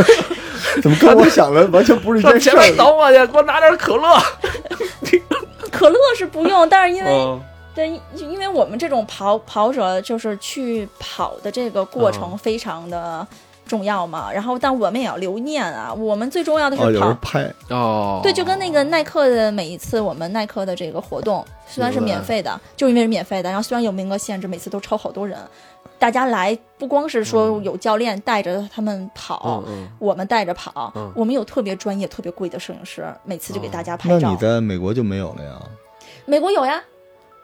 [SPEAKER 2] 怎么跟我想的完全不是一
[SPEAKER 1] 上
[SPEAKER 2] 件事
[SPEAKER 1] 前面
[SPEAKER 2] 儿？
[SPEAKER 1] 等我去，给我拿点可乐。
[SPEAKER 3] 可乐是不用，但是因为
[SPEAKER 1] 嗯，
[SPEAKER 3] 对，因为我们这种跑跑者就是去跑的这个过程非常的重要嘛，然后但我们也要留念啊，我们最重要的
[SPEAKER 2] 哦，
[SPEAKER 3] 是
[SPEAKER 2] 有
[SPEAKER 3] 跑
[SPEAKER 2] 人。拍，
[SPEAKER 1] 哦，
[SPEAKER 3] 对，就跟那个耐克的每一次我们耐克的这个活动，虽然是免费的，就因为是免费的，然后虽然有名额限制，每次都超好多人，大家来不光是
[SPEAKER 2] 嗯
[SPEAKER 3] 说有教练带着他们跑
[SPEAKER 1] 嗯，嗯，
[SPEAKER 3] 我们带着跑，
[SPEAKER 1] 嗯
[SPEAKER 3] 我们有特别专业、特别贵的摄影师，每次就给大家
[SPEAKER 2] 哦那
[SPEAKER 3] 拍照。
[SPEAKER 2] 你在美国就没有了呀？
[SPEAKER 3] 美国有呀，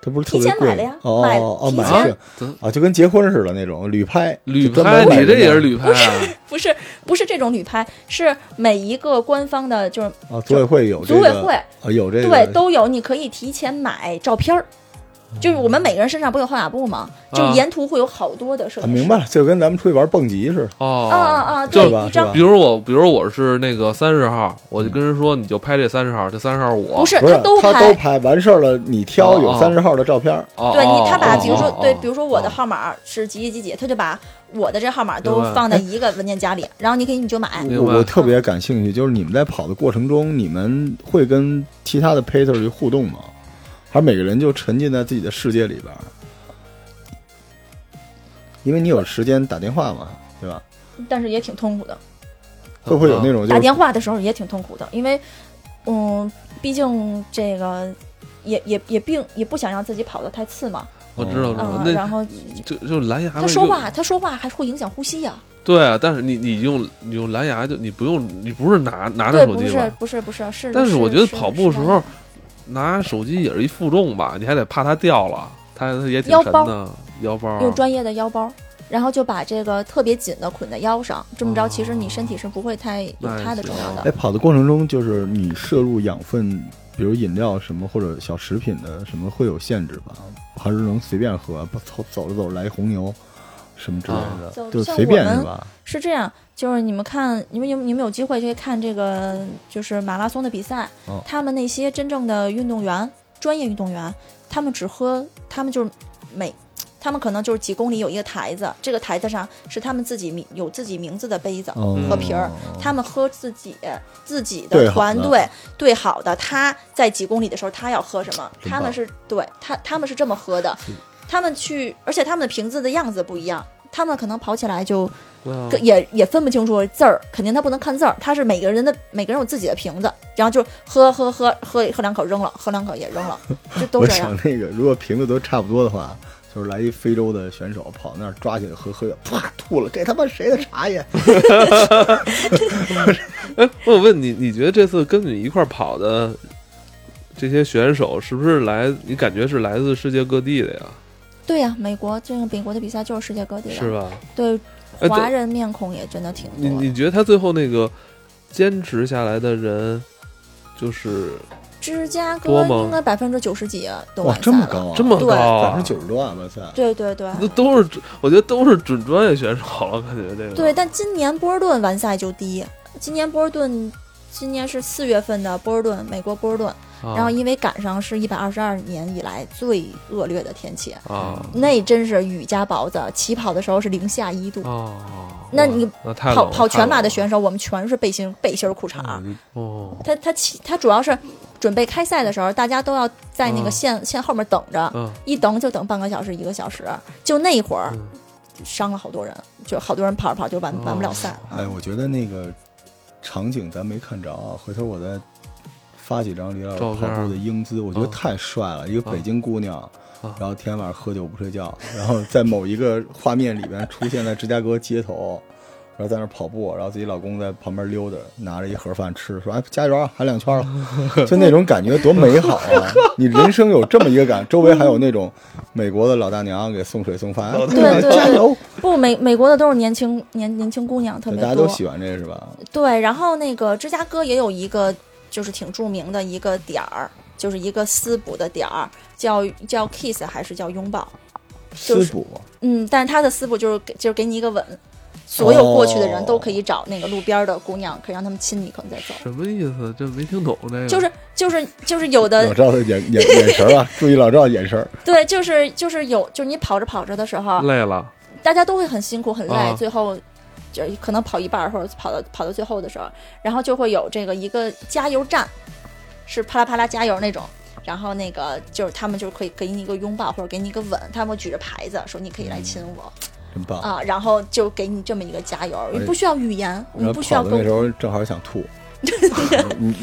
[SPEAKER 2] 这不是特别
[SPEAKER 3] 提前
[SPEAKER 2] 贵
[SPEAKER 3] 买了呀
[SPEAKER 2] 哦
[SPEAKER 3] 买
[SPEAKER 2] 哦哦，
[SPEAKER 3] 提
[SPEAKER 2] 买
[SPEAKER 3] 前
[SPEAKER 1] 啊
[SPEAKER 2] 了是，
[SPEAKER 1] 怎
[SPEAKER 2] 啊，就跟结婚似的那种旅拍，
[SPEAKER 1] 旅
[SPEAKER 2] 就专
[SPEAKER 1] 拍，
[SPEAKER 2] 门买
[SPEAKER 1] 你这
[SPEAKER 2] 的
[SPEAKER 1] 也
[SPEAKER 2] 那
[SPEAKER 1] 是
[SPEAKER 2] 种
[SPEAKER 1] 旅拍啊？
[SPEAKER 3] 不是不是这种旅拍，是每一个官方的，就是
[SPEAKER 2] 啊？组委会有这
[SPEAKER 3] 组
[SPEAKER 2] 个，
[SPEAKER 3] 委会
[SPEAKER 2] 啊有这个，
[SPEAKER 3] 对都有，你可以提前买照片儿。就是我们每个人身上不有换瓦布吗？就
[SPEAKER 1] 啊
[SPEAKER 3] 沿途会有好多的设
[SPEAKER 2] 啊，
[SPEAKER 3] 计师。
[SPEAKER 2] 明白了，就跟咱们出去玩蹦极似的，
[SPEAKER 1] 哦
[SPEAKER 3] 啊啊啊！
[SPEAKER 1] 就
[SPEAKER 3] 对，
[SPEAKER 2] 是吧
[SPEAKER 3] 一张
[SPEAKER 1] 比如我，比如我是那个三十号，我就跟人说，你就拍这三十号，这三十号我
[SPEAKER 3] 不是
[SPEAKER 2] 不是
[SPEAKER 3] 都
[SPEAKER 2] 他
[SPEAKER 3] 拍
[SPEAKER 2] 都，拍完事儿了，你挑
[SPEAKER 1] 哦
[SPEAKER 2] 有
[SPEAKER 1] 哦
[SPEAKER 2] 三十号的照片儿，
[SPEAKER 1] 哦，
[SPEAKER 3] 对
[SPEAKER 1] 哦
[SPEAKER 3] 你他把
[SPEAKER 1] 哦
[SPEAKER 3] 比如说
[SPEAKER 1] 哦
[SPEAKER 3] 对，
[SPEAKER 1] 哦
[SPEAKER 3] 比如说我的
[SPEAKER 1] 哦
[SPEAKER 3] 号码是几几几几，他就把我的这号码都
[SPEAKER 1] 明白
[SPEAKER 3] 放在一个文件夹里，然后你可以你就买。
[SPEAKER 1] 明白
[SPEAKER 2] 我我特别感兴趣，就是你们在跑的过程中，你们会跟其他的 pater 去互动吗？还是每个人就沉浸在自己的世界里边儿？因为你有时间打电话嘛，对吧？
[SPEAKER 1] 嗯
[SPEAKER 3] 但是也挺痛苦的，
[SPEAKER 2] 会不会有
[SPEAKER 1] 哦
[SPEAKER 2] 那种就
[SPEAKER 3] 打
[SPEAKER 2] 是
[SPEAKER 3] 电话的时候也挺痛苦的，因为嗯，毕竟这个也也也并也不想让自己跑得太次嘛，
[SPEAKER 1] 我知道知道
[SPEAKER 3] 嗯，，然
[SPEAKER 1] 那
[SPEAKER 3] 后
[SPEAKER 1] 就就蓝牙
[SPEAKER 3] 他说话他说话还会影响呼吸啊呀、
[SPEAKER 1] 对，啊但是你你用你用蓝牙就你不用你不是拿拿
[SPEAKER 3] 对，
[SPEAKER 1] 着手
[SPEAKER 3] 不
[SPEAKER 1] 机
[SPEAKER 3] 是
[SPEAKER 1] 吧？
[SPEAKER 3] 不是不是是，
[SPEAKER 1] 但
[SPEAKER 3] 是
[SPEAKER 1] 我觉得
[SPEAKER 3] 是
[SPEAKER 1] 跑步
[SPEAKER 3] 是
[SPEAKER 1] 时
[SPEAKER 3] 的
[SPEAKER 1] 候拿手机也是一负重吧，你还得怕它掉了，它它也挺
[SPEAKER 3] 腰
[SPEAKER 1] 沉
[SPEAKER 3] 包
[SPEAKER 1] 的，腰包啊
[SPEAKER 3] 用专业的腰包，然后就把这个特别紧的捆在腰上，这么着其实你身体是不会太有
[SPEAKER 1] 那也
[SPEAKER 3] 它的
[SPEAKER 1] 是
[SPEAKER 3] 重要
[SPEAKER 1] 啊
[SPEAKER 2] 在
[SPEAKER 3] 的。
[SPEAKER 2] 哎跑的过程中，就是你摄入养分，比如饮料什么或者小食品的什么会有限制吧？还是能随便喝？不走走着走着来红牛什么之类的，
[SPEAKER 3] 哦就
[SPEAKER 2] 就
[SPEAKER 3] 像
[SPEAKER 2] 随便
[SPEAKER 3] 我们
[SPEAKER 2] 是吧？
[SPEAKER 3] 是这样，就是你们看，你们有你们有机会去看这个就是马拉松的比赛，
[SPEAKER 1] 嗯
[SPEAKER 2] 哦
[SPEAKER 3] 他们那些真正的运动员，专业运动员，他们只喝，他们就是每。他们可能就是几公里有一个台子，这个台子上是他们自己名有自己名字的杯
[SPEAKER 1] 嗯
[SPEAKER 3] 子，
[SPEAKER 2] 哦
[SPEAKER 1] 喝啤
[SPEAKER 3] 儿，他们喝自己自己
[SPEAKER 2] 对
[SPEAKER 3] 的
[SPEAKER 2] 好
[SPEAKER 3] 团
[SPEAKER 2] 的
[SPEAKER 3] 队对好的，他在几公里的时候他要喝什么，
[SPEAKER 2] 真
[SPEAKER 3] 他们
[SPEAKER 2] 棒
[SPEAKER 3] 是对他他们是这么喝的，他们去，而且他们的瓶子的样子不一样。他们可能跑起来就
[SPEAKER 1] 对啊
[SPEAKER 3] 跟也也分不清楚字儿，肯定他不能看字儿，他是每个人的每个人有自己的瓶子，然后就喝喝喝喝喝两口扔了，喝两口也扔了，就都
[SPEAKER 2] 我
[SPEAKER 3] 这
[SPEAKER 2] 想
[SPEAKER 3] 样。
[SPEAKER 2] 那个，如果瓶子都差不多的话，就是来一非洲的选手跑那儿抓起来喝喝，啪吐了，这他妈谁的茶叶？
[SPEAKER 1] 哎，我问你，你觉得这次跟你一块儿跑的这些选手，是不是来？你感觉是来自世界各地的呀？
[SPEAKER 3] 对呀、美国这个美国的比赛就是世界各地的，
[SPEAKER 1] 是吧？
[SPEAKER 3] 对啊
[SPEAKER 1] 哎
[SPEAKER 3] 华
[SPEAKER 1] 对
[SPEAKER 3] 人面孔也真的挺
[SPEAKER 1] 你
[SPEAKER 3] 多的。
[SPEAKER 1] 你觉得他最后那个坚持下来的人，就是
[SPEAKER 3] 芝加哥
[SPEAKER 1] 多吗
[SPEAKER 3] 应该百分之九十几都
[SPEAKER 2] 哇
[SPEAKER 3] 完，赛
[SPEAKER 2] 这么
[SPEAKER 3] 了。
[SPEAKER 2] 高、啊，
[SPEAKER 1] 这么高
[SPEAKER 3] 对
[SPEAKER 1] 啊、
[SPEAKER 2] 百分之九十多啊！哇塞，
[SPEAKER 3] 对对对
[SPEAKER 1] 那都是，我觉得都是准专业选手了，感觉这个。
[SPEAKER 3] 对，但今年波士顿完赛就低，今年波士顿。今年是四月份的波士顿，美国波士顿，
[SPEAKER 1] 啊
[SPEAKER 3] 然后因为赶上是一百二十二年以来最恶劣的天气，
[SPEAKER 1] 啊
[SPEAKER 3] 那真是雨夹雹子，起跑的时候是零下一度，
[SPEAKER 1] 哦，
[SPEAKER 3] 那你
[SPEAKER 1] 哇那太冷
[SPEAKER 3] 跑
[SPEAKER 1] 了
[SPEAKER 3] 跑全马
[SPEAKER 1] 太
[SPEAKER 3] 的
[SPEAKER 1] 冷
[SPEAKER 3] 选手，我们全是背心背心儿裤衩儿，
[SPEAKER 2] 嗯
[SPEAKER 1] 了哦，
[SPEAKER 3] 他他起他主要是准备开赛的时候，大家都要在那个
[SPEAKER 1] 嗯
[SPEAKER 3] 线、线后面等着，
[SPEAKER 1] 嗯，
[SPEAKER 3] 一等就等半个小时一个小时，就那一会儿
[SPEAKER 1] 嗯哦
[SPEAKER 3] 伤了好多人，就好多人跑着跑就完完不了赛了。
[SPEAKER 2] 哎，我觉得那个场景咱没看着啊，回头我再发几张李老师
[SPEAKER 1] 照
[SPEAKER 2] 跑
[SPEAKER 1] 片
[SPEAKER 2] 步的英姿，我觉得
[SPEAKER 1] 啊
[SPEAKER 2] 太帅了，一个北京姑娘。
[SPEAKER 1] 啊
[SPEAKER 2] 然后天天晚上喝酒不睡觉，然后在某一个画面里边出现在芝加哥街头，然后在那儿跑步，然后自己老公在旁边溜达，拿着一盒饭吃，说：“哎，加油啊，还两 圈了。”就那种感觉多美好啊！你人生有这么一个感，周围还有那种美国的老大娘给送水送饭，哎姑娘
[SPEAKER 3] 对对
[SPEAKER 2] 加油！
[SPEAKER 3] 不，美美国的都是年轻年年轻姑娘特别
[SPEAKER 2] 大家
[SPEAKER 3] 多
[SPEAKER 2] 都，喜欢这是吧？
[SPEAKER 3] 对。然后那个芝加哥也有一个就是挺著名的一个点儿，就是一个私补的点儿，叫叫 kiss 还是叫拥抱？
[SPEAKER 2] 私补
[SPEAKER 3] 嗯，但是他的私补就是给就是给你一个吻，所有过去的人都可以找那个路边的姑娘，可以让他们亲你一口再走。
[SPEAKER 1] 什么意思？这没听懂这个。
[SPEAKER 3] 就是就是就是有
[SPEAKER 2] 老
[SPEAKER 3] 的
[SPEAKER 2] 赵的眼眼眼神儿啊，注意老赵眼神儿。
[SPEAKER 3] 对，就是就是有，就是你跑着跑着的时候，
[SPEAKER 1] 累了，
[SPEAKER 3] 大家都会很辛苦很累，
[SPEAKER 1] 啊
[SPEAKER 3] 最后就可能跑一半儿或者跑到跑到最后的时候，然后就会有这个一个加油站，是啪啦啪啦加油那种。然后那个就是他们就可以给你一个拥抱或者给你一个吻，他们会举着牌子说你可以来亲我、
[SPEAKER 2] 真棒！
[SPEAKER 3] 啊，然后就给你这么一个加油，
[SPEAKER 2] 且
[SPEAKER 3] 你不需要语言，
[SPEAKER 2] 然
[SPEAKER 3] 你
[SPEAKER 2] 后
[SPEAKER 3] 不需要
[SPEAKER 2] 跑的那
[SPEAKER 3] 沟
[SPEAKER 2] 时
[SPEAKER 3] 通，
[SPEAKER 2] 候正好想吐，你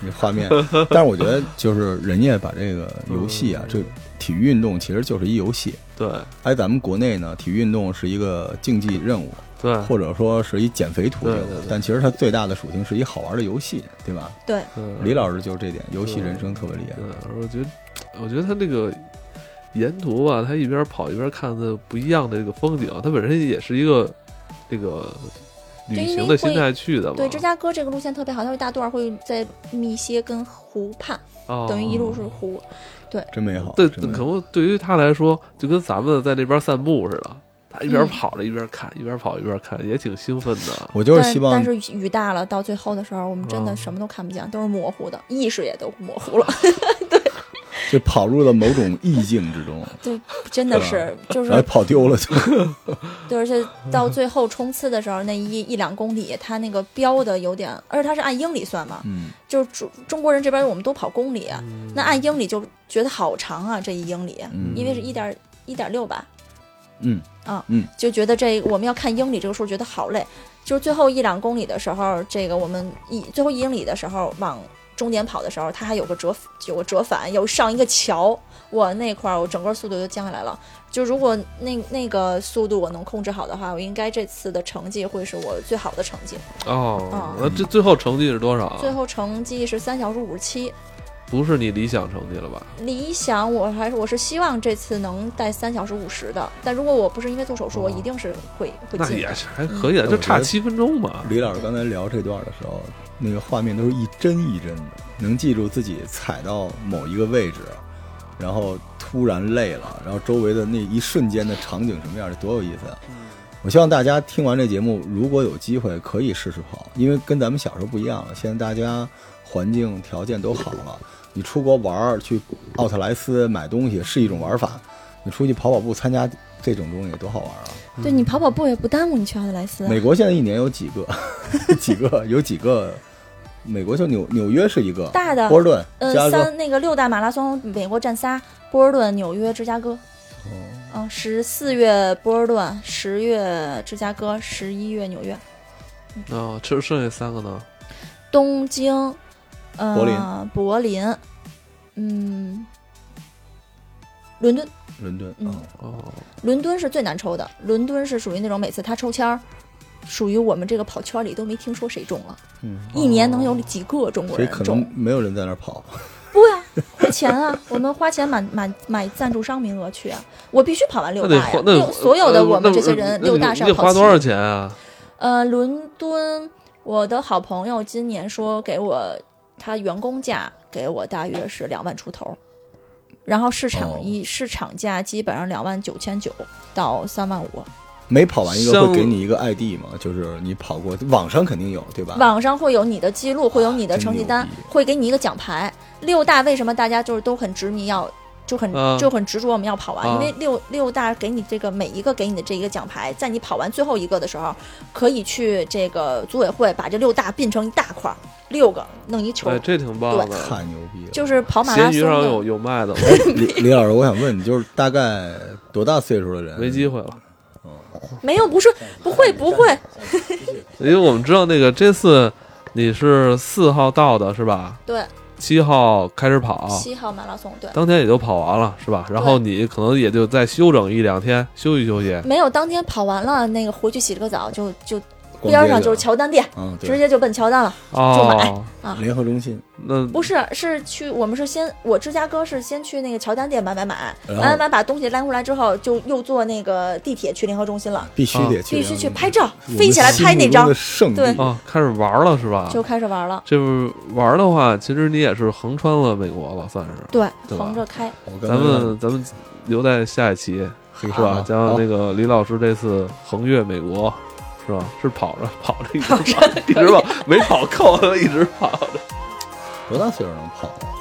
[SPEAKER 2] 你画面。但是我觉得就是人家把这个游戏啊，这体育运动其实就是一游戏。
[SPEAKER 1] 对
[SPEAKER 2] 哎，咱们国内呢，体育运动是一个竞技任务，
[SPEAKER 1] 对
[SPEAKER 2] 或者说是一减肥途径啊
[SPEAKER 1] 对对对，
[SPEAKER 2] 但其实它最大的属性是一好玩的游戏，对吧？
[SPEAKER 3] 对，
[SPEAKER 1] 对
[SPEAKER 2] 李老师就是这点，游戏人生特别厉害
[SPEAKER 1] 对。，我觉得，我觉得他那个沿途吧，他一边跑一边看的不一样的这个风景，他本身也是一个这个旅行的心态去的嘛。
[SPEAKER 3] 对，芝加哥这个路线特别好，它有一大段会在密歇根湖畔，
[SPEAKER 1] 哦
[SPEAKER 3] 等于一路是湖。
[SPEAKER 2] 真美好。
[SPEAKER 1] 对，
[SPEAKER 2] 真美
[SPEAKER 1] 可
[SPEAKER 2] 好
[SPEAKER 1] 能对于他来说，就跟咱们在那边散步似的，他一边
[SPEAKER 3] 嗯
[SPEAKER 1] 跑着一边看，一边跑一边看，也挺兴奋的。
[SPEAKER 2] 我就是
[SPEAKER 3] 但
[SPEAKER 2] 希望啊
[SPEAKER 3] 但是雨雨大了，到最后的时候，我们真
[SPEAKER 1] 哦
[SPEAKER 3] 的什么都看不见，都是模糊的，意识也都模糊了。
[SPEAKER 2] 就跑入了某种意境之中，
[SPEAKER 3] 对，真的
[SPEAKER 2] 是哎
[SPEAKER 3] 是，就
[SPEAKER 2] 然后
[SPEAKER 3] 是，
[SPEAKER 2] 跑丢了就。
[SPEAKER 3] 对，而且到最后冲刺的时候，那一一两公里，它那个标的有点，而且它是按英里算嘛，
[SPEAKER 2] 嗯，
[SPEAKER 3] 就是中中国人这边我们都跑公里，那按英里就觉得好长啊，这一英里，
[SPEAKER 2] 嗯
[SPEAKER 3] 因为是一点一点六吧，
[SPEAKER 2] 嗯
[SPEAKER 3] 啊，
[SPEAKER 2] 嗯，
[SPEAKER 3] 就觉得这我们要看英里这个数，觉得好累。就是最后一两公里的时候，这个我们一最后一英里的时候往终点跑的时候，它还有个折有个折返，有上一个桥，我那块儿我整个速度就降下来了。就如果那那个速度我能控制好的话，我应该这次的成绩会是我最好的成绩。
[SPEAKER 1] 哦
[SPEAKER 3] 哦，
[SPEAKER 1] 那这最后成绩是多少啊？
[SPEAKER 3] 最后成绩是三小时五十七，
[SPEAKER 1] 不是你理想成绩了吧？
[SPEAKER 3] 理想我还是我是希望这次能带三小时五十的，但如果我不是因为做手术，
[SPEAKER 1] 哦
[SPEAKER 3] 我一定是会会
[SPEAKER 1] 那
[SPEAKER 3] 进的
[SPEAKER 1] 也。是还可以啊，
[SPEAKER 2] 嗯
[SPEAKER 1] 就差七分钟嘛。
[SPEAKER 2] 李老师刚才聊这段的时候，那个画面都是一帧一帧的，能记住自己踩到某一个位置，然后突然累了，然后周围的那一瞬间的场景什么样的，多有意思啊！我希望大家听完这节目，如果有机会可以试试跑，因为跟咱们小时候不一样了，现在大家环境条件都好了，你出国玩儿去奥特莱斯买东西是一种玩法，你出去跑跑步参加这种东西多好玩啊！
[SPEAKER 3] 对你跑跑步也不耽误你去奥特莱斯啊。
[SPEAKER 2] 美国现在一年有几个？ 几个？有几个？美国就纽纽约是一个，
[SPEAKER 3] 大的
[SPEAKER 2] 波士顿、芝加
[SPEAKER 3] 呃，
[SPEAKER 2] 哥，
[SPEAKER 3] 三那个六大马拉松，美国占仨：波士顿、纽约、芝加哥。
[SPEAKER 2] 哦
[SPEAKER 3] 嗯，十四月波士顿，十月芝加哥，十一月纽约，
[SPEAKER 1] 啊，剩剩下三个呢？
[SPEAKER 3] 东京，呃，
[SPEAKER 2] 柏
[SPEAKER 3] 柏
[SPEAKER 2] 林
[SPEAKER 3] 林，嗯，伦敦。
[SPEAKER 2] 伦敦，
[SPEAKER 3] 嗯
[SPEAKER 2] 哦
[SPEAKER 1] 哦，
[SPEAKER 3] 伦敦是最难抽的，伦敦是属于那种每次他抽签儿，属于我们这个跑圈里都没听说谁中了，
[SPEAKER 2] 嗯，
[SPEAKER 3] 一年能有几个
[SPEAKER 1] 嗯
[SPEAKER 3] 中国
[SPEAKER 2] 所以
[SPEAKER 3] 人
[SPEAKER 2] 可能
[SPEAKER 3] 中？
[SPEAKER 2] 没有人在那儿跑。
[SPEAKER 3] 不呀、花钱啊，我们花钱买买买赞助商名额去啊，我必须跑完六
[SPEAKER 1] 那
[SPEAKER 3] 大
[SPEAKER 1] 得
[SPEAKER 3] 呀
[SPEAKER 1] 花，那呃
[SPEAKER 3] 六所有的我
[SPEAKER 1] 那
[SPEAKER 3] 们这些人
[SPEAKER 1] 那
[SPEAKER 3] 六大
[SPEAKER 1] 你
[SPEAKER 3] 是
[SPEAKER 1] 得
[SPEAKER 3] 要
[SPEAKER 1] 花
[SPEAKER 3] 跑
[SPEAKER 1] 多少
[SPEAKER 3] 齐。
[SPEAKER 1] 钱啊？
[SPEAKER 3] 呃，伦敦，我的好朋友今年说给我他员工价给我大约是两万出头。然后市
[SPEAKER 2] 哦
[SPEAKER 3] 场一、市场价基本上两万九千九到三万五，
[SPEAKER 2] 每跑完一个
[SPEAKER 1] 像
[SPEAKER 2] 会给你一个 ID 嘛，就是你跑过，网上肯定有，对吧？
[SPEAKER 3] 网上会有你的记录，会有你的成绩
[SPEAKER 2] 啊真
[SPEAKER 3] 单
[SPEAKER 2] 牛逼，
[SPEAKER 3] 会给你一个奖牌。六大为什么大家就是都很执迷要，就很、
[SPEAKER 1] 嗯
[SPEAKER 3] 就很执着我们要跑完？
[SPEAKER 1] 嗯
[SPEAKER 3] 因为六六大给你这个每一个给你的这一个奖牌，在你跑完最后一个的时候，可以去这个组委会把这六大并成一大块儿，六个弄一球，
[SPEAKER 1] 哎，这挺棒的。
[SPEAKER 2] 太牛逼了！
[SPEAKER 3] 就是跑马拉
[SPEAKER 1] 闲鱼
[SPEAKER 3] 松
[SPEAKER 1] 上
[SPEAKER 3] 的
[SPEAKER 1] 有。有卖的吗？
[SPEAKER 2] 李李老师，我想问你，就是大概多大岁数的人？
[SPEAKER 1] 没机会了。
[SPEAKER 3] 没有，不是，不会，不会，
[SPEAKER 1] 因为我们知道那个这次你是四号到的是吧？
[SPEAKER 3] 对，
[SPEAKER 1] 七号开始跑，
[SPEAKER 3] 七号马拉松，对。
[SPEAKER 1] 当天也就跑完了是吧？然后你可能也就再休整一两天，休息休息。
[SPEAKER 3] 没有，当天跑完了，那个回去洗了个澡，就就
[SPEAKER 2] 逛街的
[SPEAKER 3] 边上就是乔丹店，
[SPEAKER 2] 嗯，
[SPEAKER 3] 直
[SPEAKER 2] 对，
[SPEAKER 3] 接就奔乔丹了。
[SPEAKER 1] 哦，
[SPEAKER 2] 联合中心，
[SPEAKER 1] 那
[SPEAKER 3] 不是，是去我们是先我芝加哥是先去那个乔丹店买买买，
[SPEAKER 2] 然
[SPEAKER 1] 哦
[SPEAKER 3] 买
[SPEAKER 2] 后
[SPEAKER 3] 买买把东西拉回来之后，就又坐那个地铁去联合中心了，
[SPEAKER 2] 必须得
[SPEAKER 1] 啊
[SPEAKER 2] 去，
[SPEAKER 3] 啊必须去拍。照，飞起来拍那张，
[SPEAKER 2] 圣地
[SPEAKER 3] 对
[SPEAKER 1] 哦，开始玩了是吧？
[SPEAKER 3] 就开始玩了。
[SPEAKER 1] 这玩的话，其实你也是横穿了美国了，算是。
[SPEAKER 3] 对，
[SPEAKER 1] 对吧
[SPEAKER 3] 横着开，
[SPEAKER 2] 我刚才
[SPEAKER 1] 咱们啊咱们留在下一期是吧
[SPEAKER 2] 好？
[SPEAKER 1] 加上那个李老师这次横越美国是吧？是跑着跑着一直跑，一直跑，没跑够，一直跑。
[SPEAKER 2] 多大岁数能跑啊？